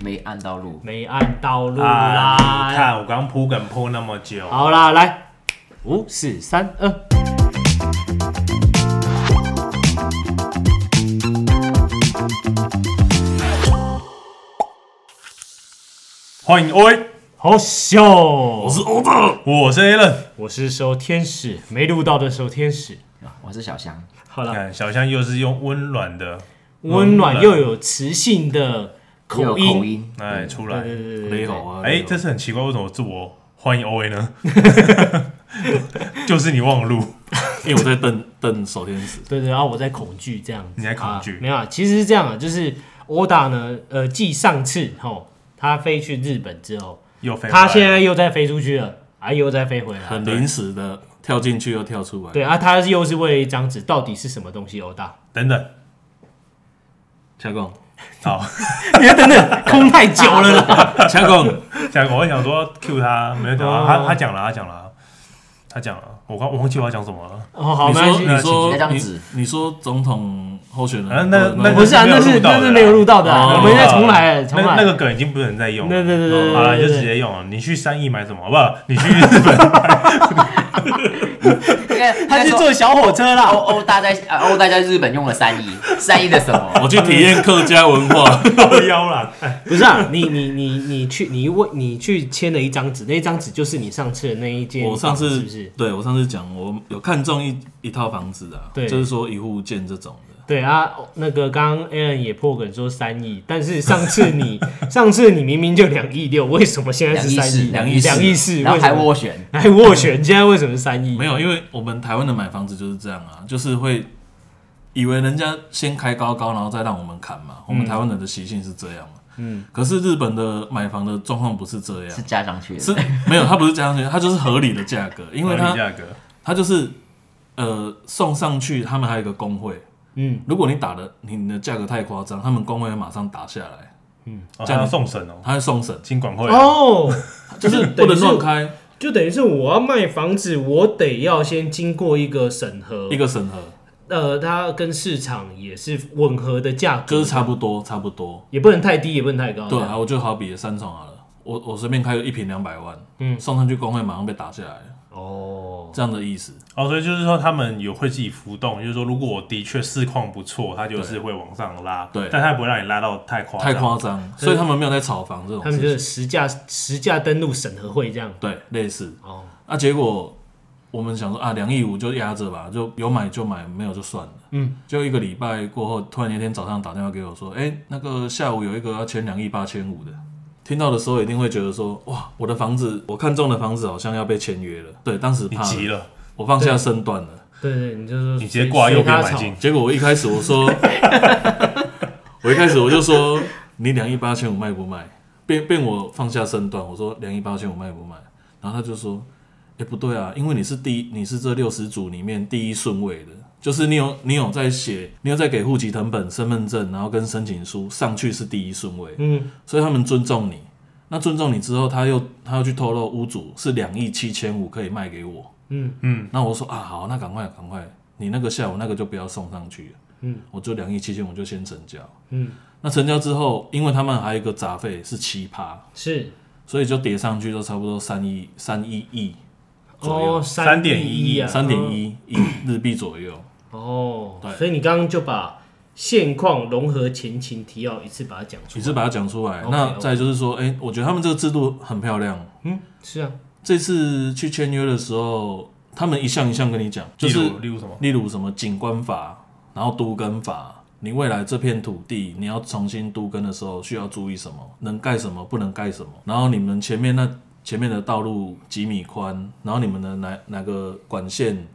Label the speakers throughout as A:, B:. A: 没按到路。
B: 没按道路啦。
C: 啊！你看我刚铺梗铺那么久，
B: 好啦，来，五、四、三、二。
C: 欢迎 OA，
B: 好笑，我是
C: 欧的，我是 a l n
B: 我是收天使，没录到的收天使。
A: 啊我是小香，
B: 好
C: 你
B: 了，
C: 哎看小香又是用温暖的，
B: 温暖又有磁性的口
A: 也有口
B: 音，
A: 音，
C: 哎出来，
B: 对对对
D: 雷猴啊！
C: 哎，这是很奇怪，为什么是我欢迎 OA 呢？就是你忘了录，
D: 因为哎我在瞪瞪守天使，
B: 对对，然后我在恐惧这样子，
C: 你在恐惧
B: 啊没有啊，其实是这样啊，就是欧达呢，呃，继上次吼他飞去日本之后，
C: 又飞回来
B: 他现在又再飞出去了，啊，又再飞回来，
D: 很临时的跳进去又跳出来。
B: 对啊，他又是为了一张纸，到底是什么东西？欧大，
C: 等等，
D: 恰贡，
C: 好，
B: 你要等等，空太久了啦，
D: 恰贡，
C: 下一个我想说 Q 他，没有讲到
B: 哦
C: 他他讲了，他讲了，他讲了，我刚我忘记我要讲什么了。
B: 哦，好，
D: 你
B: 没关
D: 说
B: 系
A: 请
C: 那
D: 你
A: 那
D: 说
A: 张
D: 你
A: 纸
D: 你说总统候选
C: 啊
D: 人，
C: 那
D: 或者
C: 那
B: 不是啊，那是那是没有录到的啊，
D: 哦
B: 我们再重来，重
C: 那个那
B: 来。
C: 个梗已经不能再用了
B: 对对。对对，
C: 好了，你就直接用了。你去三义买什么？不，你去日本
A: 应该
B: 他去
A: 应该说
B: 坐小火车
A: 欧
B: 啦。
A: 欧大在啊欧大在日本用了三亿，三亿的什么？
D: 我去体验客家文化，
C: 靠腰啦。
B: 不是啊，你你你你去你为你去签了一张纸，那一张纸就是你上次的那一件，
D: 我上次
B: 是不是？
D: 对我上次讲，我有看中一一套房子啊，
B: 对
D: 就是说一户建这种的，
B: 对啊，那个刚刚 Alan 也破梗说三亿，但是上次你上次你明明就两亿六，为什么现在是三亿？
A: 两
D: 亿四
B: 两亿四，
A: 然后还
B: 为什
A: 斡
B: 么
A: 旋，
B: 还斡旋，现在为什么是三亿？
D: 没有，因为我们台湾的买房子就是这样啊，就是会以为人家先开高高，然后再让我们砍嘛，我们台湾人的习性是这样嘛。嗯，可是日本的买房的状况不是这样
A: 是，加上去的。
D: 是没有，它不是加上去，它就是合理的价格，因
C: 合
D: 为
C: 理
D: 它
C: 价格，
D: 它就是呃送上去，他们还有一个工会，
B: 嗯，
D: 如果你打的你的价格太夸张，他们工会会马上打下来，
C: 哦
D: 这
C: 还
D: 样
C: 要送审哦，
D: 他会送审，
C: 金管会哦，
B: 哦，
D: 就是不
B: 等于
D: 能
B: 是
D: 乱开
B: 就等于是我要卖房子，我得要先经过一个审核，
D: 一个审核，
B: 呃，它跟市场也是吻合的价格，
D: 就是差不多差不多。
B: 也不能太低，也不能太高。
D: 对啊，我就好比三重好了，我我随便开个一瓶两百万，
B: 嗯
D: 嗯，送上去工会马上被打下来，
B: 哦，
D: 这样的意思。
C: 哦所以就是说他们有会自己浮动，就是说如果我的确市况不错，他就是会往上拉，
D: 对
C: 但他不会让你拉到太夸
D: 太
C: 张。
D: 夸张，所以他们没有在炒房这种
B: 他
D: 事
B: 们就
D: 情
B: 是。实价实价登录审核会这样。
D: 对，类似
B: 哦，
D: 啊，结果我们想说啊，两亿五就压着吧，就有买就买，没有就算了。嗯，就一个礼拜过后，突然有一天早上打电话给我说，哎、那个下午有一个要签两亿八千五的。听到的时候一定会觉得说，哇，我的房子，我看中的房子好像要被签约了。对，当时
C: 你
D: 怕
C: 急
D: 了，
C: 了，
D: 我放下身段了。
B: 对对，你就说
C: 你直接挂右边买进，，
D: 结果我一开始我说， 我一开始我就说你两亿八千五卖不卖？变变我放下身段，我说两亿八千五卖不卖？然后他就说，哎、不对啊，因为你是第一，你是这六十组里面第一顺位的，就是你有你有在写，你有在给户籍成本、身份证，然后跟申请书上去是第一顺位，
B: 嗯，
D: 所以他们尊重你。那尊重你之后，他又他又去透露屋主是两亿七千五可以卖给我，
B: 嗯
D: 嗯，那我说啊好，那赶快赶快，你那个下午那个就不要送上去了，嗯，我就两亿七千五就先成交，
B: 嗯，
D: 那成交之后，因为他们还有一个杂费是七趴，
B: 是
D: 所以就叠上去就差不多三亿三亿亿左右
B: 哦，三一啊，
D: 三点一亿日币左 右，
B: 哦
D: 对，
B: 所以你刚刚就把现况融合前情提要一次把它讲出
D: 你
B: 来。
D: 是把它讲出来。
B: OK，
D: 那
B: OK
D: 再就是说，哎、我觉得他们这个制度很漂亮。
B: 嗯，是啊，
D: 这次去签约的时候，他们一项一项跟你讲，就
C: 例
D: 是
C: 如例如什么？
D: 例如什么景观法，然后都根法，你未来这片土地你要重新都根的时候需要注意什么，能盖什么，不能盖什么，然后你们前面那前面的道路几米宽，然后你们的哪哪个管线，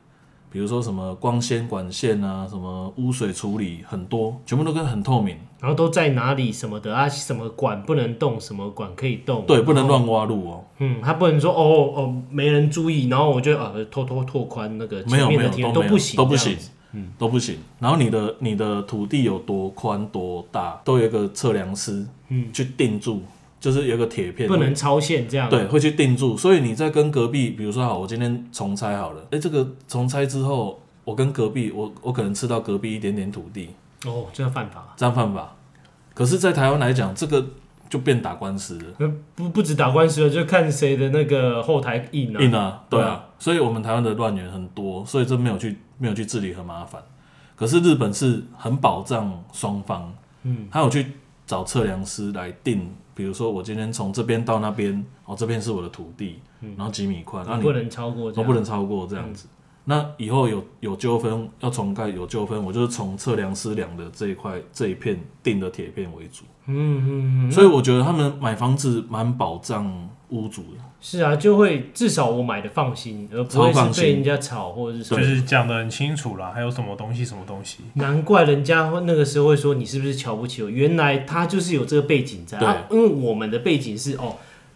D: 比如说什么光纤管线啊，什么污水处理，很多全部都跟很透明，
B: 然后都在哪里什么的啊，什么管不能动，什么管可以动，
D: 对，不能乱挖路哦，
B: 嗯，他不能说哦哦没人注意，然后我就啊偷偷拓宽那个
D: 没
B: 前
D: 有
B: 面
D: 没
B: 的
D: 有
B: 庭
D: 都
B: 都
D: 没有
B: 不行，
D: 都不行
B: 这样子，
D: 嗯，都不行。然后你的你的土地有多宽多大，都有一个测量师，嗯，去定住，就是有一个铁片，
B: 不能超限这样。
D: 对，会去定住。所以你在跟隔壁，比如说好，我今天重拆好了，哎，这个重拆之后，我跟隔壁，我我可能吃到隔壁一点点土地，
B: 哦，这样犯法。
D: 这样犯法。可是，在台湾来讲，这个就变打官司了。
B: 呃不不止打官司了，就看谁的那个后台硬啊。
D: 硬啊，对啊，所以我们台湾的乱源很多，所以这没有去没有去治理很麻烦。可是日本是很保障双方，嗯，他有去找测量师来定，比如说我今天从这边到那边，哦，这边是我的土地，然后几米宽，那、
B: 你
D: 你
B: 嗯啊不能超过这
D: 都
B: 样，嗯
D: 不能超过这样子。那以后有有纠纷要重盖有纠纷，我就是从测量师量的这一块这一片定的铁片为主，
B: 嗯嗯嗯，
D: 所以我觉得他们买房子蛮保障屋主的。
B: 是啊，就会至少我买的放心，而不
D: 超
B: 会
D: 放
B: 是
D: 心
B: 被人家吵或者是什
C: 就
B: 么。
C: 是讲的很清楚啦，还有什么东西什么东西，
B: 难怪人家会那个时候会说你是不是瞧不起我？原来他就是有这个背景在，
D: 对
B: 啊、因为我们的背景是哦，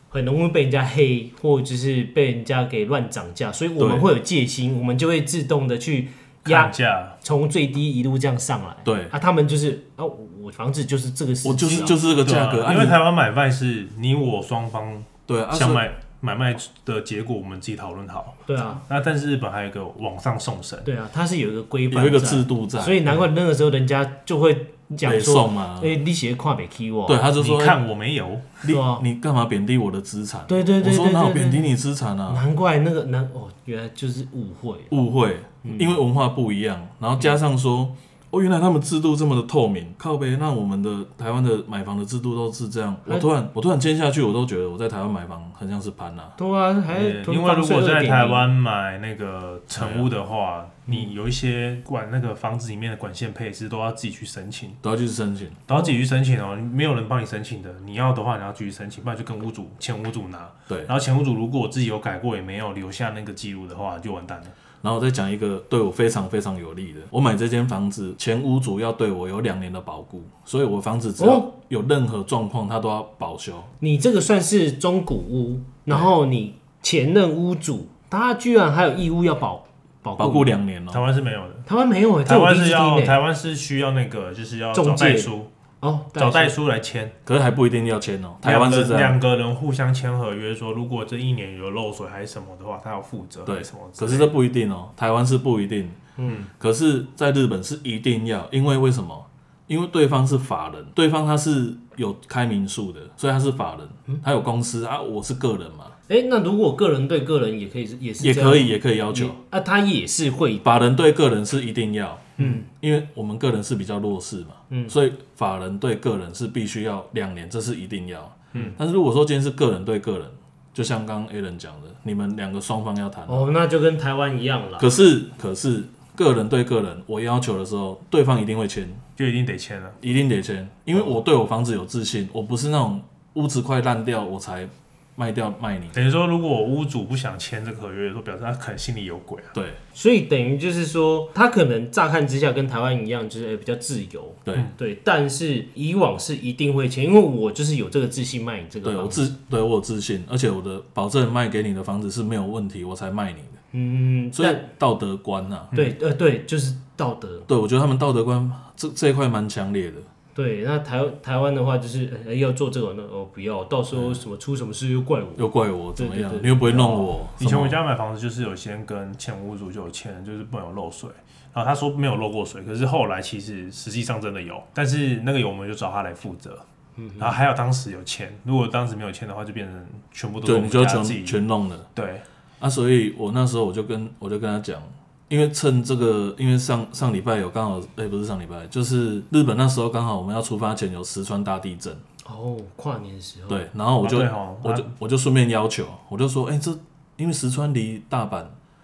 B: 很容易被人家黑，或就是被人家给乱涨价，所以我们
D: 对
B: 会有戒心，我们就会自动的去
C: 看
B: 压，
C: 价，
B: 从最低一路这样上来。
D: 对
B: 啊，他们就是啊，我我房子就是这个时
D: 我就是
B: 间啊
D: 就是这个
C: 对啊
D: 价格，啊
C: 因为
D: 你
C: 台湾买卖是你我双方
D: 对啊，
C: 想
D: 所以
C: 买买卖的结果，我们自己讨论好。
B: 对啊，
C: 那但是日本还有一个网上送审，
B: 对啊，它是有一个规范，
D: 有一个制，度在，
B: 所以难怪那个时候人家就会讲
D: 北
B: 说，
D: 宋嘛
B: 哎、，你写跨北 key 我，
D: 对，他就
C: 你
D: 说哎
C: 看我没有，
D: 你
B: 对啊
D: 你干嘛贬低我的资产？
B: 对对对
D: 我说
B: 对
D: 哪有
B: 对对
D: 贬低你资产啊？
B: 难怪那个难哦，原来就是误会了，
D: 误会，
B: 嗯
D: 因为文化不一样，然后加上说，哦，原来他们制度这么的透明，靠背，那我们的台湾的买房的制度都是这样。
B: 哎
D: 我突然我突然签下去，我都觉得我在台湾买房很像是潘啊，
B: 对啊，还
C: 对哎因为如果在台，湾买那个成屋的话，
B: 对啊
C: 你有一些管那个房子里面的管线配置都要自己去申请，
D: 都要去申请。
C: 都要自己去申请哦，没有人帮你申请的。你要的话，你要自己申请，不然就跟屋主前屋主拿。
D: 对，
C: 然后前屋主如果我自己有改过，也没有留下那个记录的话，就完蛋了。
D: 然后我再讲一个对我非常非常有利的，我买这间房子，前屋主要对我有两年的保固，所以我房子只要
B: 哦
D: 有任何状况，他都要保修。
B: 你这个算是中古屋，然后你前任屋主他居然还有义务要保保
D: 保
B: 固
D: 固，两年哦、
C: 台湾是没有的，
B: 台湾没有哎，
C: 台
B: 这我
C: 湾
B: 第一次
C: 是要
B: 听哎，
C: 台湾是需要那个就是要
B: 中
C: 找
B: 介
C: 代书，
B: 哦，
C: 找代
B: 叔
C: 书来签。
D: 可是还不一定要签哦、台湾是这样，
C: 两个人互相签合约，说如果这一年有漏水还是什么的话，他要负责。
D: 对
C: 什么，之类
D: 可
C: 的？
D: 是这不一定哦、台湾是不一定，
C: 嗯，
D: 可是在日本是一定要，因为为什么？因为对方是法人，对方他是有开民宿的，所以他是法
B: 嗯
D: 人，他有公司啊，我是个人嘛，
B: 哎，那如果个人对个人也可以是，也是
D: 也
B: 这样
D: 可以也可以要求，
B: 啊，他也是会
D: 法人对个人是一定要，嗯，因为我们个人是比较弱势嘛，嗯，所以法人对个人是必须要两年，这是一定要，嗯，但是如果说今天是个人对个人，就像刚刚 A 人讲的，你们两个双方要谈，
B: 哦，那就跟台湾一样了，
D: 可是可是个人对个人，我要求的时候，对方一定会签，
C: 就一定得签了。
D: 一定得签，因为我对我房子有自信，我不是那种屋子快烂掉我才卖掉卖你，
C: 等于说，如果屋主不想签这个合约，说表示他可能心里有鬼啊。
D: 对
B: 所以等于就是说，他可能乍看之下跟台湾一样，就是、哎比较自由，
D: 对。
B: 对，但是以往是一定会签，因为我就是有这个自信卖你这个
D: 对我
B: 房子，
D: 自对我有自信，而且我的保证卖给你的房子是没有问题，我才卖你的。
B: 嗯，
D: 所以嗯
B: 但
D: 道德观呐、
B: 对，呃，对，就是道德，
D: 对我觉得他们道德观这这一块蛮强烈的。
B: 对，那台台湾的话就是、呃要做这个，那哦不要，到时候什么出什么事又怪我，
D: 又怪我怎么样？
B: 对对对
D: 你又不会弄我。
C: 以前我
D: 什么
C: 家买房子就是有先跟前屋主就有签，就是不能有漏水。然后他说没有漏过水，可是后来其实实际上真的有，但是那个有我们就找他来负责。
D: 嗯
C: 然后还有当时有签，如果当时没有签的话，就变成全部都是我
D: 对，
C: 们
D: 你就
C: 家自己
D: 全。全弄了
C: 对，
D: 啊！所以我那时候我就跟我就跟他讲，因为趁这个，因为上上礼拜有刚好，哎、不是上礼拜，就是日本那时候刚好我们要出发前有石川大地震，
B: 哦，跨年的时候，
D: 对，然后我就、
C: 啊对哦
D: 我就我就顺便要求，我就说，哎、这因为石川离大阪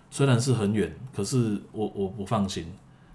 D: 虽然是很远，可是我我不放心，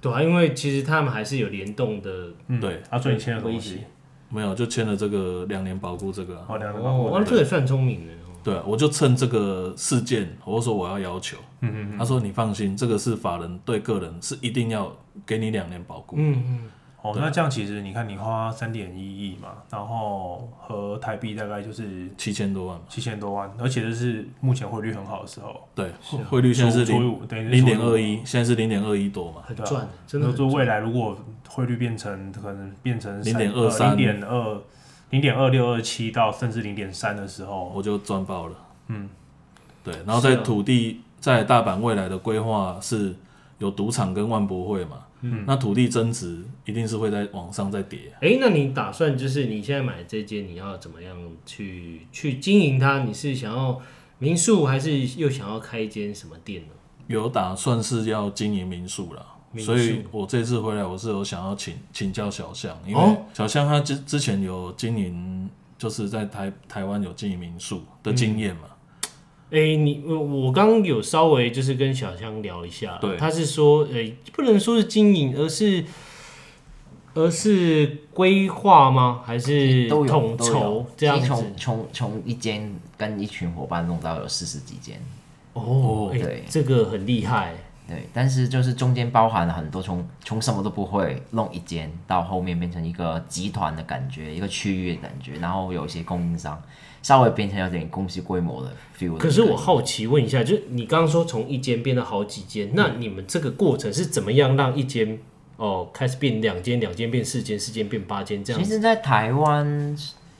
B: 对啊，因为其实他们还是有联动的
C: 嗯
D: 对，
C: 他说你签了什么
B: 威
C: 东
B: 胁
C: 西？，
D: 没有就签了这个两年保固这个啊、
C: 好，两个包
B: 哦，
C: 括
B: 哇，这个也算聪明的，哦
D: 对，我就趁这个事件，我就说我要要求，嗯嗯他说你放心，这个是法人对个人是一定要给你两年保固，
B: 嗯嗯，
C: 哦，那这样其实你看，你花三点一亿嘛，然后和台币大概就是
D: 七千多万嘛，
C: 七千多万，而且这是目前汇率很好的时候，
D: 对，
B: 是啊
D: 汇率现在是
C: 除以
D: 零
C: 五，对，
D: 零点二一，现在是零点二一多嘛，
B: 很
C: 对啊
B: 赚，真
C: 除
B: 的很
C: 以五。那
B: 赚
C: 说未来如果汇率变成可能变成呃
D: 0.23
C: 零点二零点二六二七到甚至零点三的时候，
D: 我就赚爆了，
C: 嗯，
D: 对，然后在
B: 是啊
D: 土地在大阪未来的规划是有赌场跟万博会嘛，嗯，那土地增值一定是会在往上再跌。
B: 哎、那你打算就是你现在买这间，你要怎么样去去经营它？你是想要民宿，还是又想要开一间什么店呢？
D: 有打算是要经营民宿啦，
B: 民宿
D: 所以我这次回来我是有想要请请教小象，因为
B: 哦
D: 小象他之之前有经营，就是在台台湾有经营民宿的经验嘛，
B: 哎、你我我刚有稍微就是跟小香聊一下，
D: 对
B: 他是说，哎、不能说是经营，而是而是规划吗？还是
A: 都有
B: 统
A: 都有
B: 筹这样
A: 其实
B: 子？
A: 从从从一间跟一群伙伴弄到有四十几间，
B: 哦，哎、
A: 对
B: 这个很厉害，
A: 对，但是就是中间包含了很多从从什么都不会弄一间，到后面变成一个集团的感觉，一个区域的感觉，然后有一些供应商稍微变成有点公司规模的 feel 的。
B: 可是我好奇问一下，就是你刚刚说从一间变到好几间，
A: 嗯
B: 那你们这个过程是怎么样让一间哦开始变两间，两间变四间，四间变八间这样
A: 其
B: 子？
A: 实，在台湾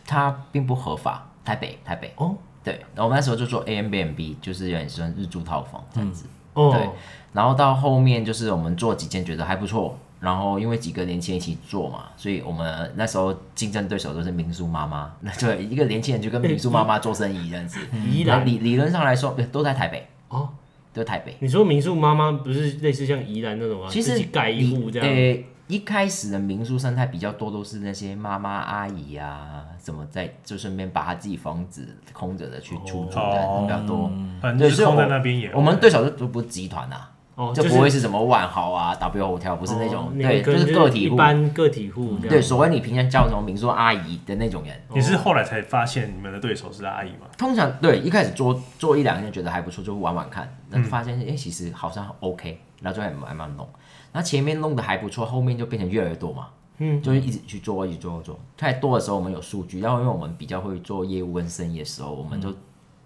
A: 它并不合法，台北台北
B: 哦
A: 对，我们那时候就做 a m b n b 就是有点像日租套房这样子。对
B: 哦，
A: 然后到后面就是我们做几间觉得还不错，然后因为几个年轻人一起做嘛，所以我们那时候竞争对手都是民宿妈妈， 那就一个年轻人就跟民宿妈妈做生意这样子。
B: 宜
A: 然
B: 兰
A: 后理理论上来说，呃都在台北，
B: 哦，
A: 都在台北。
B: 你说民宿妈妈不是类似像宜兰那种吗？啊
A: 其
B: 哦自
A: 实
B: 己盖一户这样。
A: 呃，一开始的民宿生态比较多，都是那些妈妈阿姨啊，怎么在就顺便把她自己房子空着的去出租这样子比较多。
C: 反
A: 对所
C: 正就是
A: 以
C: 空在
A: 我
C: 那边也 OK。
A: 我们对手就都不是集团啊，
B: 哦，
A: 就
B: 就
A: 不会
B: 是
A: 是什么万豪啊、W Hotel，不是那
B: 哦
A: 种，
B: 你
A: 对，
B: 可能
A: 是个体
B: 一
A: 户。嗯
B: 般个体户这样。
A: 对，所谓你平常叫什么民宿阿姨的那种人，
C: 你是后来才发现你们的对手是阿姨吗？
A: 通常对一开始做做一两天觉得还不错，就玩玩看，那
B: 嗯
A: 发现哎、诶其实好像 OK，然后就很慢慢弄。那前面弄的还不错，后面就变成越来越多嘛，嗯，就是一直去做，一直做做。太多的时候我们有数据，然后因为我们比较会做业务跟生意的时候，我们
B: 嗯
A: 就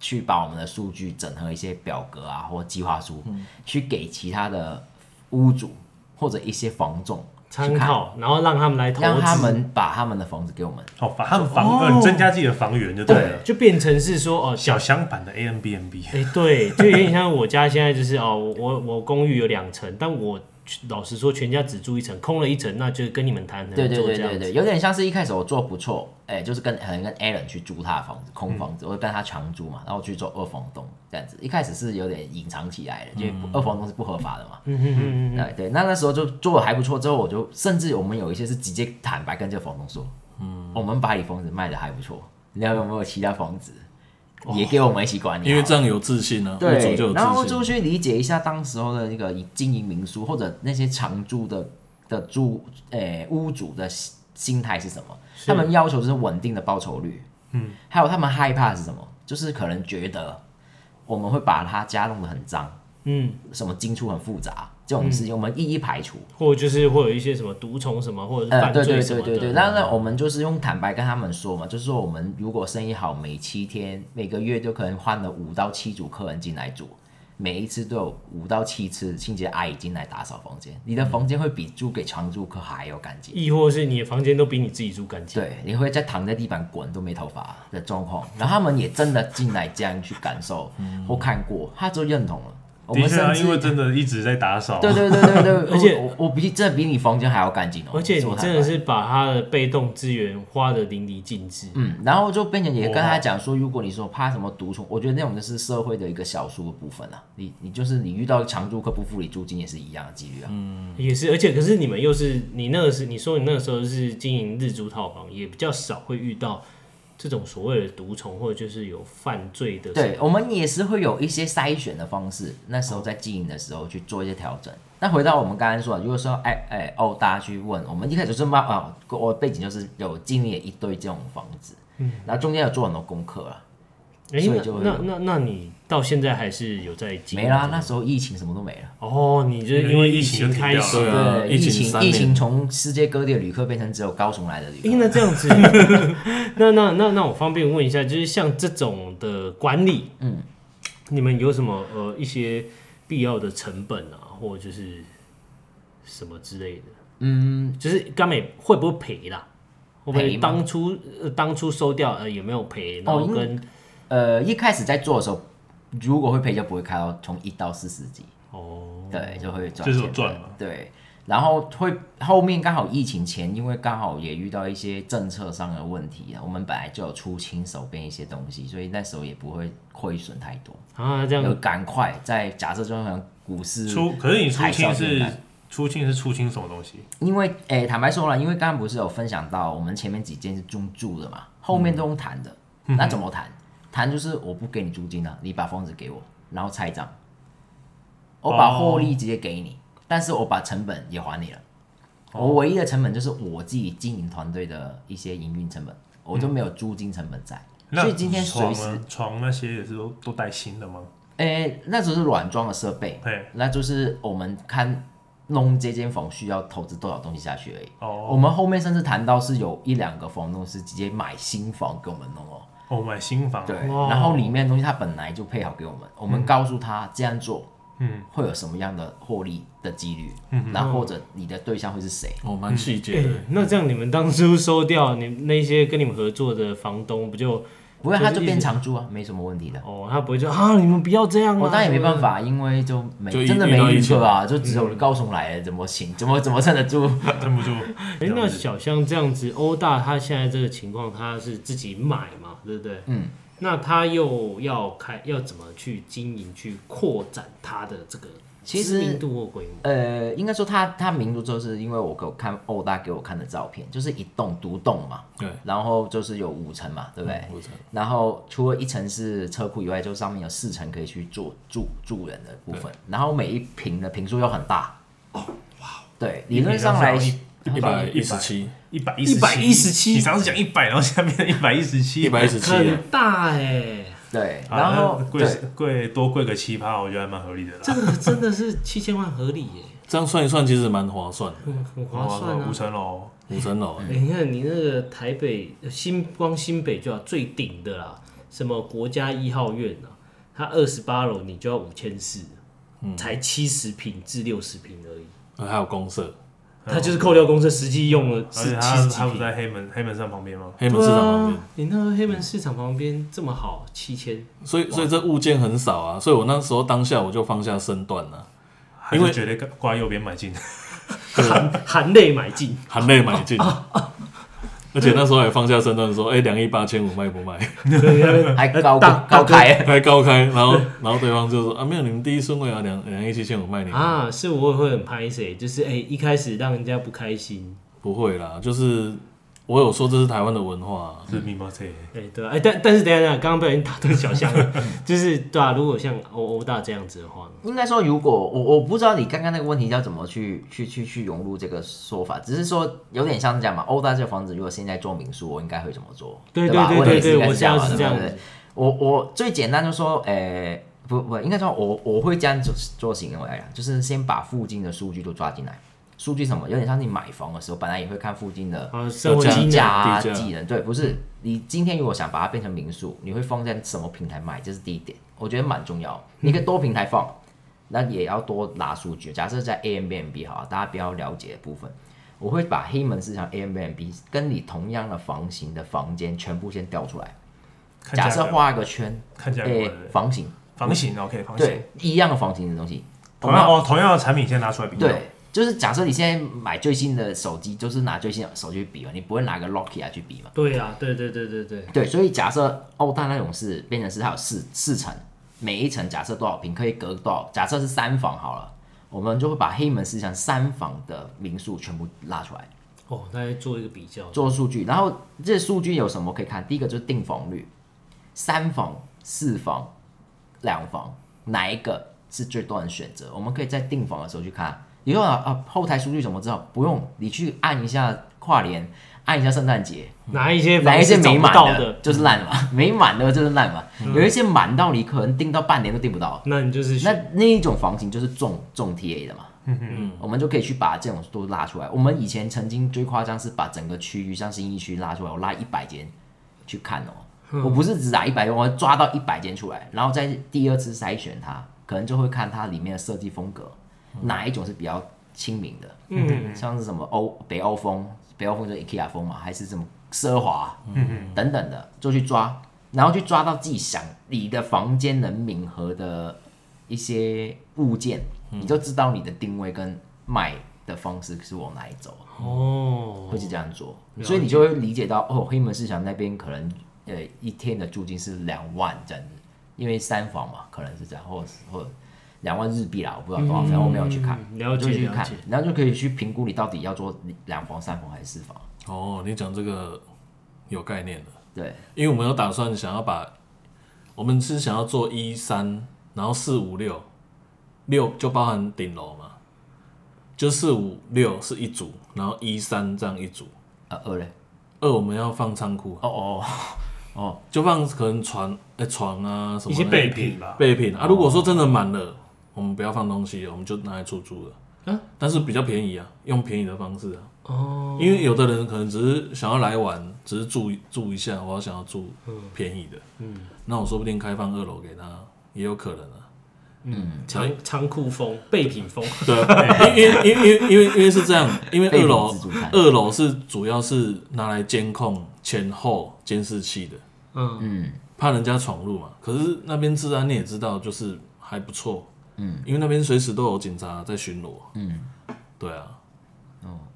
A: 去把我们的数据整合一些表格啊或计划书，
B: 嗯
A: 去给其他的屋主或者一些房仲去
B: 参
A: 看，
B: 考，然后让他们来投资，
A: 让他们把他们的房子给我们。
C: 哦，把他们房呃增加自己的房源就对了。
B: 就变成是说哦，
C: 小香版的 A N B N B，
B: 哎、对，就有点像我家现在就是哦，我我我公寓有两层，但我老实说，全家只住一层，空了一层，那就跟你们谈，
A: 对对
B: 做
A: 对
B: 这样
A: 对对，
B: 子。
A: 有点像是一开始我做不错，哎、就是跟可能跟 Alan 去租他的房子，空房子，我就跟他长租嘛，然后去做二房东这样子。一开始是有点隐藏起来的，因为二房东是不合法的嘛。嗯嗯嗯。对对，那那时候就做的还不错，之后我就甚至我们有一些是直接坦白跟这个房东说，嗯，我们把你房子卖的还不错，你要有没有其他房子、也给我们一起管理？
D: 因为这样有自信呢、啊，屋主
A: 嗯对
D: 就有，
A: 然后
D: 自
A: 就
D: 信。
A: 去理解一下当时候的那个经营民宿或者那些常住的的住诶、屋主的心心态是什么？他们要求就是稳定的报酬率，嗯，还有他们害怕是什么？就是可能觉得我们会把他家弄得很脏，
B: 嗯，
A: 什么进出很复杂这种事情，我们一一排除。
B: 或者就是会有一些什么毒虫什么，或者是
A: 呃，
B: 犯
A: 对
B: 罪
A: 对
B: 什
A: 对
B: 么
A: 对对，
B: 的。嗯
A: 那那我们就是用坦白跟他们说嘛，就是说我们如果生意好，每七天每个月就可能换了五到七组客人进来住，每一次都有五到七次清洁阿姨进来打扫房间，你的房间会比租给常住客还要干净。
B: 亦或是你的房间都比你自己住干净。
A: 对，你会在躺在地板滚都没头发的状况，然后他们也真的进来这样去感受
B: 嗯
A: 或看过，他就认同了。 我
C: 的
A: 们
C: 确
A: 甚
C: 啊，
A: 至
C: 因为真的一直在打扫。
A: 对对对对对，
B: 而且
A: 我我我比真的比你房间还要干净哦，
B: 而且
A: 说
B: 你
A: 坦
B: 真
A: 白
B: 的是把他的被动资源花的淋漓尽致。
A: 嗯，然后就变成也跟他讲说，如果你说怕什么毒虫，我觉得那种就是社会的一个小数的部分啊。你你就是你遇到常住客不付你租金也是一样的几率啊。
D: 嗯
B: 也是，而且可是你们又是你那个时，你说你那个时候是经营日租套房，也比较少会遇到这种所谓的毒虫，或者就是有犯罪的。
A: 对，我们也是会有一些筛选的方式，那时候在经营的时候去做一些调整。那回到我们刚刚说的，如果说哎哎哦，大家去问，我们一开始就是嘛啊，我背景就是有经历了一堆这种房子，嗯，然后中间有做很多功课啊，
B: 哎、
A: 所以
B: 那
A: 就会
B: 那
A: 有
B: 那那你到现在还是有在经营
A: 没啦，那时候疫情什么都没了。
B: 哦，你就是因为疫
C: 因
B: 情
C: 为疫情就停
B: 开
C: 掉
B: 始，
D: 对啊，
A: 对，疫
D: 情
A: 情
D: 三
A: 疫情
D: 年，
A: 从世界各地的旅客变成只有高雄来的旅
B: 哎、
A: 客。
B: 那这样 子，那那那那我方便问一下，就是像这种的管理，嗯，你们有什么呃一些必要的成本啊，或者就是什么之类的？嗯，就是刚美会不会赔啦？会不
A: 赔
B: 会
A: 吗
B: 当初、呃、当初收掉呃有没有赔？然
A: 哦
B: 后
A: 因为
B: 跟
A: 呃，一开始在做的时候，如果会赔就不会开到从一到四十级，
B: 哦
A: 对，就会赚
C: 就是
A: 钱
C: 有
A: 的，
C: 赚嘛
A: 对。然后会后面刚好疫情前，因为刚好也遇到一些政策上的问题啊，我们本来就有出清手边一些东西，所以那时候也不会亏损太多。
B: 啊，这
A: 要
B: 样
A: 赶快在假设中像股市
C: 出，可是你出
A: 海
C: 清
A: 啸年
C: 是
A: 代
C: 出清是出清什么东西？
A: 因为诶、坦白说了，因为刚刚不是有分享到我们前面几件是用住的嘛，后面都用谈的，那怎么谈？谈就是我不给你租金啊，你把房子给我，然后拆账，我把获利直接给你，但是我把成本也还你了。我唯一的成本就是我自己经营团队的一些营运成本，我就没有租金成本在，
C: 那啊
A: 所以今天
C: 床
A: 随时
C: 呢？床那些也是都都带新的吗？
A: 诶、那只是软装的设备，
C: 嘿，
A: 那就是我们看弄这间房需要投资多少东西下去而已。
C: 哦，
A: 我们后面甚至谈到是有一两个房东是直接买新房给我们弄哦，
C: 哦，买新房，
A: 对，
B: 哇
A: 然后里面的东西他本来就配好给我们，我们告诉他这样做，
C: 嗯，
A: 会有什么样的获利的几率，那或者你的对象会是谁？
D: 哦，蛮细节
B: 哎
D: 的。
B: 那这样你们当初收掉你那些跟你们合作的房东，不就
A: 不会，
B: 就是
A: 他就
B: 一直
A: 变长租啊，没什么问题的。
B: 哦，他不会就啊，你们不要这样啊？
A: 哦我当然也没办法，因为就没
D: 就一
A: 真的
D: 遇到
A: 没
D: 疫
A: 预
D: 情
A: 测啊，就只有高雄来了，怎么行？怎么怎么撑得住？
C: 撑不住。
B: 哎、那小象这样子，欧大他现在这个情况，他是自己买嘛，对不对？嗯。那他又要开，要怎么去经营，去扩展他的这个
A: 其
B: 知
A: 实
B: 名度或规模？
A: 呃，应该说他他名著就是因为我给我看欧大给我看的照片，就是一栋独栋嘛，
D: 对，
A: 然后就是有五层嘛，对不对？
D: 我猜
A: 然后除了一层是车库以外，就上面有四层可以去住住住人的部分，然后每一平的平数又很大。哦，哇！对，理论上来，
D: 一百一十七，
C: 一百一
B: 117
C: 你上次讲一百，然后下面一百一十七，
D: 一百一十七，啊
A: 啊
B: 很大哎、
A: 对，
C: 好，
A: 然后
C: 啊那贵
A: 对，
C: 贵多贵个七趴，我觉得还蛮合理的啦。
B: 这个真的是七千万合理耶、
D: 这样算一算其实蛮划算的。
B: 很很划算啊
C: 五！哦层楼，
D: 五层楼，
B: 哎、你看你那个台北呃新光新北就要最顶的啦，什么国家一号院啊，它二十八楼你就要五千四，才七十平至六十平而已。
D: 呃还有公社，
B: 他就是扣掉公司实际用了
C: 而
B: 是
C: 且
B: 七十几
C: 他他不
B: 平。
C: 在黑门黑门山旁边吗？
D: 黑门市场旁
B: 对
D: 边
B: 啊，你那个黑门市场旁边这么好，七千，
D: 所以所以这物件很少啊，所以我那时候当下我就放下身段了，
C: 还
D: 因为
C: 是绝对挂右边买进，
B: 含含泪买进，
D: 含泪买进。而且那时候还放下身段说：“哎、两亿八千五卖不卖
A: 还高
B: 大
A: 高开？”
D: 还高开，然后然后对方就说：“啊，没有，你们第一顺位啊，两两亿七千五卖你。
B: 啊，是我会很拍谁，就是哎、一开始让人家不开心，
D: 不会啦，就是我有说这是台湾的文化、啊
C: 是密码这。
B: 哎、对啊，哎、但但是等一下等一下，刚刚不小心打断小象了， 就是对啊，如果像欧欧大这样子的话，
A: 应该说，如果我我不知道你刚刚那个问题要怎么去去去去融入这个说法，只是说有点像是这样嘛。欧大这个房子如果现在做民宿，我应该会怎么做？
B: 对
A: 吧？
B: 对
A: 问题
B: 对
A: 是
B: 对
A: 应该
B: 我
A: 是这样
B: 现
A: 嘛
B: 在是这样
A: 对不对
B: 子，
A: 我我最简单就说，诶、不不，应该说我我会这样做做行为来讲，就是先把附近的数据都抓进来。数据什么？有点像你买房的时候，本来也会看附近的
B: 啊，生活
D: 这样
B: 机
D: 地
B: 能
A: 价啊、
D: 地价
A: 技能。对，不是你今天如果想把它变成民宿，你会放在什么平台卖？这是第一点，我觉得蛮重要。你可以多平台放，那也要多拿数据。假设在 a m b n b 好了，大家比较了解的部分，我会把黑门市场 a m b n b 跟你同样的房型的房间全部先调出来。
C: 看
A: 假
C: 价
A: 设
C: 格
A: 画一个圈，
C: 看价格
A: 诶、
C: 对不对
A: 房型，
C: 房型 OK 房型，
A: 对，一样的房型的东西，
C: 同样哦同样的产品先拿出来比较，
A: 对，就是假设你现在买最新的手机，就是拿最新的手机去比嘛，你不会拿个 Nokia 去比嘛？
B: 对啊，对对对对对，
A: 对，所以假设欧大那种是变成是它有四四层，每一层假设多少平可以隔多少，假设是三房好了，我们就会把黑门市场三房的民宿全部拉出来
B: 哦，大家做一个比较，
A: 做数据，然后这数据有什么可以看？第一个就是订房率，三房、四房、两房哪一个是最多人选择？我们可以在订房的时候去看。你说啊啊后台数据怎么知道？不用，你去按一下跨年，按一下圣诞节，
B: 拿一些
A: 哪一些
B: 些
A: 没满
B: 到
A: 的，就是烂嘛，没满的就是烂嘛，有一些满到你可能订到半年都订不到，
B: 那你就是
A: 那
B: 选
A: 那一种房型就是重重 TA 的嘛，嗯我们就可以去把这种都拉出来。我们以前曾经最夸张是把整个区域像新一区拉出来，我拉一百间去看哦、我不是只打一百间，我抓到一百间出来，然后再第二次筛选它，可能就会看它里面的设计风格，哪一种是比较亲民的，嗯，像是什么欧北欧风，北欧风就是 IKEA 风嘛，还是什么奢华，嗯等等的，就去抓，然后去抓到自己想你的房间能敏合的一些物件，你就知道你的定位跟买的方式是往哪里走，
B: 哦，
A: 会是这样做，所以你就会理解到哦，黑门市场那边可能呃一天的租金是两万这样子，因为三房嘛，可能是这样，或者是或者两万日币啦，我不知道多少，反正我没有去看，
B: 嗯了解
A: 就去
B: 了
A: 看
B: 解，，
A: 然后就可以去评估你到底要做两房、三房还是四房，
D: 哦，你讲这个有概念了，
A: 对，
D: 因为我们有打算想要把，我们是想要做一三，然后四五六，六就包含顶楼嘛，就四五六是一组，然后一三这样一组，
A: 呃二嘞，
D: 二我们要放仓库，
A: 哦哦哦哦，
D: 就放可能床、呃床啊什么
B: 一些哦
D: 的
C: 备品吧，
D: 备品啊。如果说真的满了，我们不要放东西了，我们就拿来出租了。
B: 啊
D: 但是比较便宜啊，用便宜的方式啊，
B: 哦，
D: 因为有的人可能只是想要来玩，只是住住一下，我想要住便宜的，嗯，那我说不定开放二楼给他也有可能啊，
B: 仓仓库风、备品风，
D: 对，因为因为因为因为因为是这样，因为
A: 备
D: 二
A: 品
D: 楼
A: 自助餐
D: 二楼是主要是拿来监控前后监视器的，
B: 嗯，
A: 嗯
D: 怕人家闯入嘛。可是那边治安你也知道，就是还不错，嗯，因为那边随时都有警察在巡逻，
A: 嗯，哦
D: 对啊，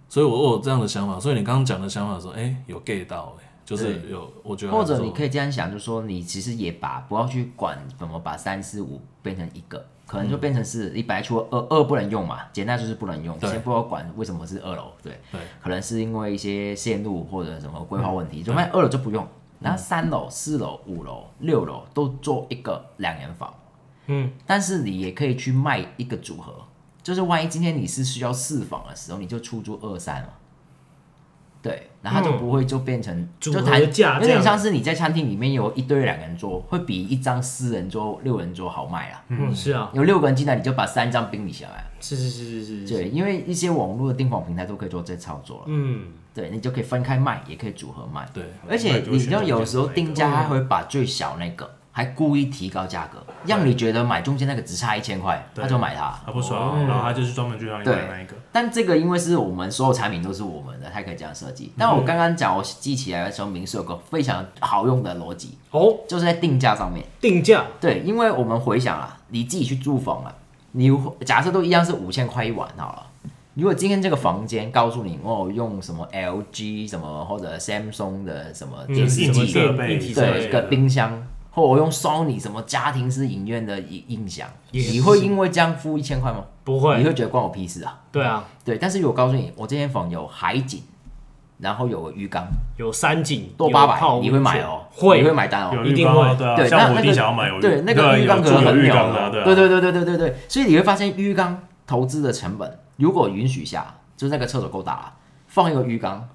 D: 所以我我有这样的想法，所以你刚刚讲的想法说，哎、有 get 到、哎，就是
A: 对
D: 有，我觉得
A: 或者你
D: 以
A: 可以这样想，就是说你其实也把不要去管怎么把三四五变成一个，可能就
D: 嗯
A: 变成是一百除了二二不能用嘛，简单就是不能用，
D: 对
A: 先不要管为什么是二楼，对，
D: 对嗯
A: 可能是因为一些线路或者什么规划问题，就发现二楼就不用，然后三楼、四楼、五楼、六楼都做一个两人房，
B: 嗯，
A: 但是你也可以去卖一个组合，就是万一今天你是需要四房的时候，你就出租二三嘛。对，然
D: 嗯
A: 后它就不会就变成、
B: 组
A: 就
B: 合
A: 谈
B: 价
A: 有
B: 这样
A: 点像是你在餐厅里面有一堆两人桌，会比一张四人桌、六人桌好卖啊。
B: 嗯，是啊，
A: 有六个人进来，你就把三张冰理下来。
B: 是是是是是是，
A: 对，因为一些网络的订房平台都可以做这操作了。
B: 嗯，
A: 对，你就可以分开卖，也可以组合卖。
D: 对
A: 而且你知道，有时候定价还会把最小那个，还故意提高价格，让你觉得买中间那个只差一千块，
C: 对
A: 他就买它。
C: 他不爽，然后他就是专门去让你买那一个，
A: 但这个因为是我们所有产品都是我们的，它可以这样设计。但我刚刚讲，我记起来的时候，民宿有个非常好用的逻辑，
B: 哦，
A: 就是在定价上面。
B: 定价，
A: 对，因为我们回想啊，你自己去住房啊，你假设都一样是五千块一晚好了。如果今天这个房间告诉你，哦，用什么 LG 什么或者 Samsung 的什么电
B: 嗯
A: 视
C: 硬
A: 机
C: 体，设
B: 硬
C: 备，
B: 体设
A: 对，
B: 备
A: 一个冰箱，或我用 Sony 什么家庭式影院的音音响，
B: 也是
A: 你会因为这样付一千块吗？
B: 不会
A: 你会觉得关我屁事啊？
B: 对啊，
A: 对，但是我告诉你，我这间房有海景，然后有浴缸，
B: 有三井，
A: 多
B: 有
A: 八百
B: 泡，温
A: 你会买
B: 泉
A: 哦？
B: 会
A: 你会买单哦？
C: 有
B: 一
C: 浴
B: 定
C: 缸啊，
B: 会
C: 对啊，
A: 对，
C: 像
A: 那
C: 我
A: 那
C: 弟
A: 个
C: 想要买有浴，
A: 对那个
C: 有
A: 浴缸可
C: 住
A: 能
C: 有
A: 很
C: 浴
A: 鸟
C: 缸
A: 的
C: 啊，
A: 对
C: 啊，
A: 对对对对对对，所以你会发现浴缸投资的成本，如果允许下，就是那个厕所够大啊，放一个浴缸，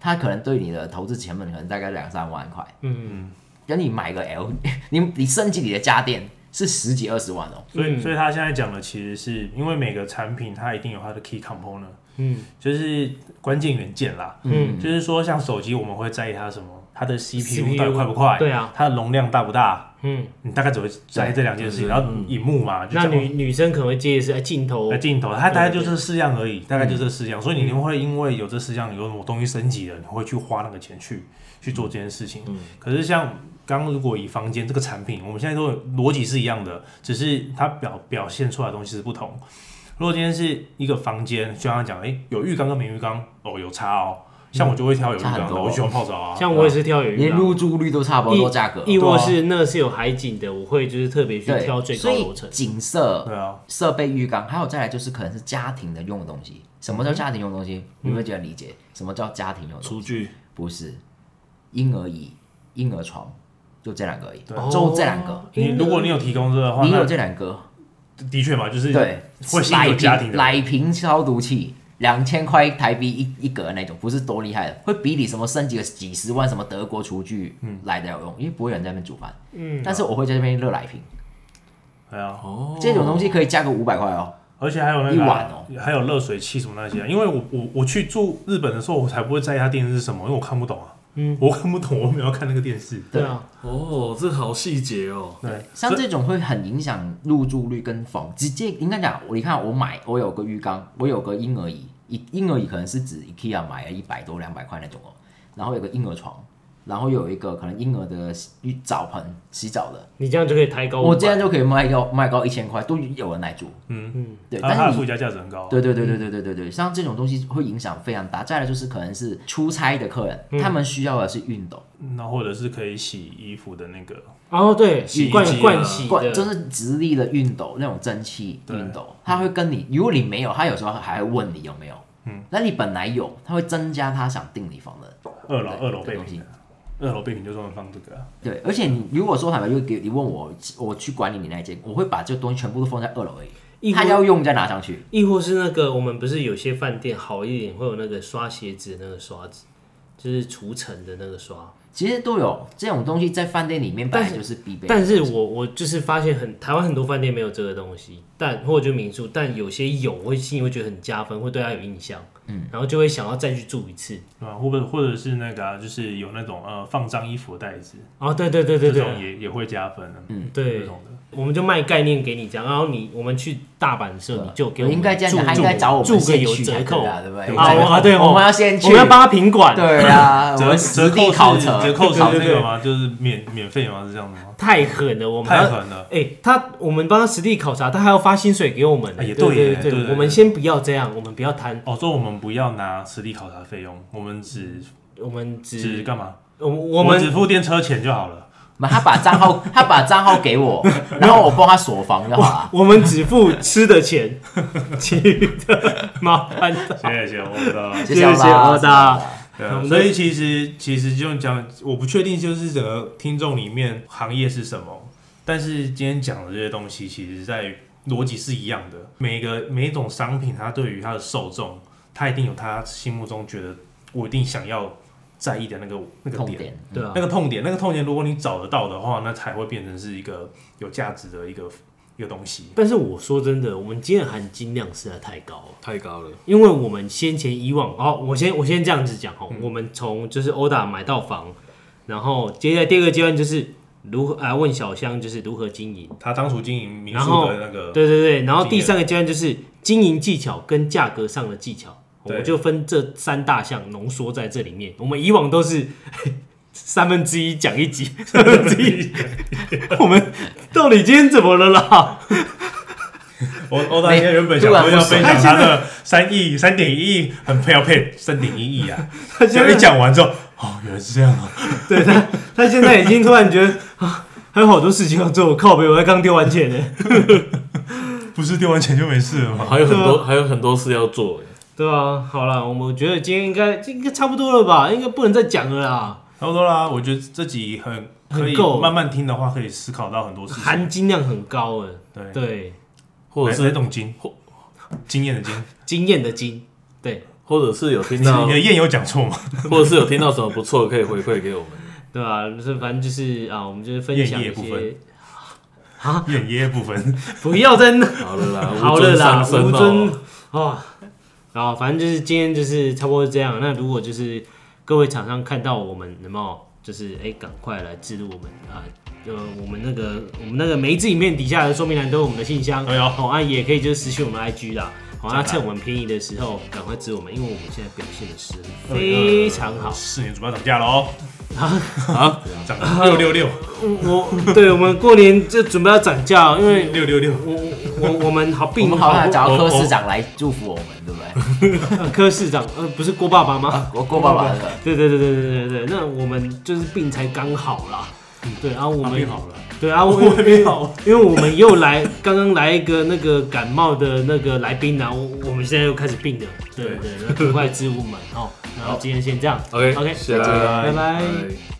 A: 它可能对你的投资成本可能大概两三万块，
B: 嗯，
A: 跟你买个 L，你 你升级你的家电是十几二十万哦，
C: 所以
B: 嗯
C: 所以他现在讲的其实是因为每个产品它一定有它的 key component，
B: 嗯，
C: 就是关键元件啦，
B: 嗯，
C: 就是说像手机我们会在意它什么，它的 CPU
B: CPU
C: 到底快不快，
B: 对啊，
C: 它的容量大不大，
B: 嗯，
C: 你大概只会在意这两件事情，然后荧幕嘛，就
B: 那
C: 讲
B: 女女生可能会介意是哎镜头
C: 那，镜头，它大概就
B: 对对
C: 这四样而已，大概
A: 嗯
C: 就这四样，所以你一定会因为有这四样有某东西升级了，你会去花那个钱去去做这件事情。
A: 嗯
C: 可是像刚刚如果以房间这个产品，我们现在都有逻辑是一样的，只是它表表现出来的东西是不同。如果今天是一个房间，就像他讲，诶，有浴缸跟没浴缸，哦，有差哦。像我就会挑有浴
A: 嗯差
C: 缸
A: 很
C: 的，
A: 多哦
C: 我喜欢泡澡啊。
B: 像我也是挑有一
A: 连
B: 档
A: 入住率都差不多价格，啊
B: 亦
C: 一
B: 或是那个是有海景的，我会就是特别去挑
A: 对，
B: 最高
A: 所以
B: 楼层。
A: 景色
C: 对啊，
A: 设备浴缸，还有再来就是可能是家庭的用的东西。什
B: 嗯
A: 么叫家庭用的东西？你会觉得理解？什么叫家庭用的东
D: 厨
A: 西？
D: 具，
A: 不是婴儿椅、婴儿床，就这两个而已，
C: 对哦
A: 就这两个。
C: 你如果你有提供这个的话，
A: 你有
C: 那
A: 这两个，
C: 的确嘛，就是
A: 对，
C: 会吸
A: 奶
C: 引家庭
A: 瓶
C: 的
A: 奶瓶消毒器，两千块台币一一格那种，不是多厉害的，会比你什么升级了几十万什么德国厨具
C: 嗯
A: 来的有用，因为不会有人在那边煮饭。嗯，但是我会在那边热奶瓶，
C: 对啊，
A: 这种东西可以加个五百块哦。
C: 而且还有那个
A: 一碗哦
C: 还有热水器什么那些啊。因为我我我去住日本的时候，我才不会在意它电视是什么，因为我看不懂啊。嗯，我看不懂，我没有看那个电视。
B: 对啊，
D: 哦，这好细节哦，
C: 对，
A: 像
C: 所以
A: 这种会很影响入住率跟房，直接应该讲，我你看我买我有个浴缸，我有个婴儿椅，一婴儿椅可能是指 IKEA 买了一百多两百块那种哦，然后有个婴儿床，然后又有一个可能婴儿的洗澡盆洗澡的，
B: 你这样就可以抬高500。
A: 我这样就可以卖高卖高一千块，都有人来做。
C: 嗯
A: 嗯，对，
C: 它它
A: 但
C: 的
A: 是
C: 附
A: 你。
C: 加价值很高。啊
A: 对对对对对对对对，像这种东西会影响非常大。再来就是可能是出差的客人，他们需要的是熨斗，
C: 那或者是可以洗衣服的那个，
B: 哦，对，
C: 洗衣
B: 灌
C: 机啊
B: 灌洗
A: 罐
B: 的，
A: 就是直立的熨斗那种蒸汽
C: 对
A: 熨斗，他会跟你，如果你没有，他有时候还会问你有没有。嗯，那你本来有，他会增加他想订你房的
C: 二楼
A: 对
C: 二楼
A: 的
C: 备
A: 东西
C: 品，二楼备品就专门放这个啊。
A: 对，而且你如果说坦白，就给你问我，我去管理你那一间，我会把这个东西全部都放在二楼而
B: 一
A: 已，他要用再拿上去。
B: 亦或是那个我们不是有些饭店好一点会有那个刷鞋子的那个刷子，就是除尘的那个刷。
A: 其实都有这种东西在饭店里面本来就是必备的
B: 但是我我就是发现很台湾很多饭店没有这个东西，但或者就民宿，但有些有，我会心里会觉得很加分，会对他有印象，嗯，然后就会想要再去住一次。
C: 对啊，或者或者是那个、啊，就是有那种呃放脏衣服的袋子，
B: 哦，对对对对
C: 这
B: 对，
C: 种也也会加分的、嗯，这
B: 对，
C: 种的。
B: 我们就卖概念给你讲，然后你我们去大阪的时候，你就给我
A: 我
B: 们
A: 应该这样
B: 住
A: 讲，他应该找我
B: 住
A: 们
B: 个
A: 先
B: 有
A: 去才
B: 折
A: 对
B: 扣
A: 啊，对不对？
B: 啊我啊对哦，
A: 我们要先去，
B: 我们要帮他品管，
A: 对 啊，我
C: 折
A: 们实
C: 折
A: 地
C: 扣
A: 考
C: 是
A: 察，
C: 折扣是
B: 对
C: 那
B: 对对
C: 个吗？就是免免费吗？是这样子吗？
B: 太狠了，我们还
C: 太
B: 要
C: 狠了，
B: 哎、他我们帮他实地考察，他还要发薪水给我们呢、
C: 哎也
B: 对
C: 对耶
B: 对
C: 对对对
B: 我们先不要这样，我们不要贪，
C: 哦，所以我们不要拿实地考察费用，我们只
B: 我们
C: 只
B: 只
C: 干嘛？
B: 我我
C: 只
B: 们
C: 付电车钱就好了。
A: 嘛 他把账号，他把账号给我，然后我帮他锁房就好了。
B: 我们只付吃的钱， 其余的麻烦的。
C: 谢谢谢谢，我知道了。
A: 谢谢
B: 谢谢
A: 欧
B: 欧大
C: 对
B: 我
C: 啊，
B: 们
C: 所以其实其实就讲，我不确定就是整个听众里面行业是什么，但是今天讲的这些东西，其实在逻辑是一样的。每个每一种商品，它对于它的受众，它一定有它心目中觉得我一定想要在意的那个那个
A: 痛
C: 点。
A: 点，
B: 对啊
C: 那，个痛点，那个痛点，如果你找得到的话，那才会变成是一个有价值的一个一个东西。
B: 但是我说真的，我们今天的含金量实在太高了。
D: 太高了，
B: 因为我们先前以往哦，我先我先这样子讲
C: 嗯
B: 哦，我们从就是殴打买到房，然后接下来第二个阶段就是如何啊、问小香就是如何经营，
C: 他当初经营民
B: 然
C: 宿
B: 后
C: 的那个，
B: 对对对，然后第
C: 经验
B: 三个阶段就是经营技巧跟价格上的技巧，我们
C: 对
B: 就分这三大项浓缩在这里面。我们以往都是 三分之一讲一 集，三分之一，我们到底今天怎么了啦？
C: 我欧大今天原本想说要分享他的三亿、三点一亿，很配要配三点一亿 啊。
B: 他
C: 结
B: 现
C: 果一
B: 在
C: 讲完之后，哦，原来是这样啊！
B: 对他，他现在已经突然觉得 啊，还有好多事情要做，靠北，我才刚丢完钱呢。
C: 不是丢完钱就没事了吗？
D: 还有很多还有很多事要做欸耶。
B: 对啊，好啦，我们觉得今天应该应该差不多了吧，应该不能再讲了啦，
C: 差不多啦，我觉得这集很可
B: 很
C: 以
B: 够
C: 慢慢听的话，可以思考到很多事情。
B: 含金量很高了。
C: 对，
B: 对，
D: 或者
C: 哪
D: 是
C: 哪种经
D: 或，
C: 经验的经，
B: 经验的经，对
D: 或者是有听
C: 你
D: 到
C: 你，的验有讲错吗？
D: 或者是有听到什么不错的可以回馈给我们。
B: 对啊，就是反正就是啊，我们就是分享
C: 宴
B: 一
C: 业部分
B: 些，
C: 验耶部分。
B: 不要再 闹
D: 好了啦，
B: 好
D: 无
B: 了
D: 尊
B: 啦，
D: 上身
B: 吴尊
D: 哦，
B: 哦，然后反正就是今天就是差不多这样。那如果就是各位厂商看到我们，有没有就是哎，赶、快来置入我们啊。呃，我们那个我们那个每一支影片底下的说明栏都有我们的信箱，
C: 哎呦
B: 好啊，也可以就是私信我们 IG 啦，好啊，
C: 真的
B: 趁我们便宜的时候赶快支我们，因为我们现在表现的是
C: 二
B: 非常好。
C: 四年主要涨价了哦，
D: 啊，
C: 涨六六六
B: 我我 对我们过年就准备要涨价哦，因为
C: 六六六，
B: 我我我我们好
A: 我
B: 病
A: 们好像
B: 不
A: 找到
D: 我
A: 柯
D: 我
A: 市长来祝福我们，对不对？
B: 呃柯市长呃不是郭爸爸吗？
A: 我郭爸爸的。
B: 对对对对对对对，那我们就是病才刚好啦。对啊，我
C: 我
B: 们
C: 们好了，
B: 对啊，我
C: 我还没好，
B: 因为我们又来刚刚来一个那个感冒的那个来宾啊，我我们现在又开始病了。对对，那赶快支吾们哦。然后今天先这样
D: OK，
B: ，OK，
D: 谢谢
B: 再见
D: 大家
B: 拜拜。
D: 拜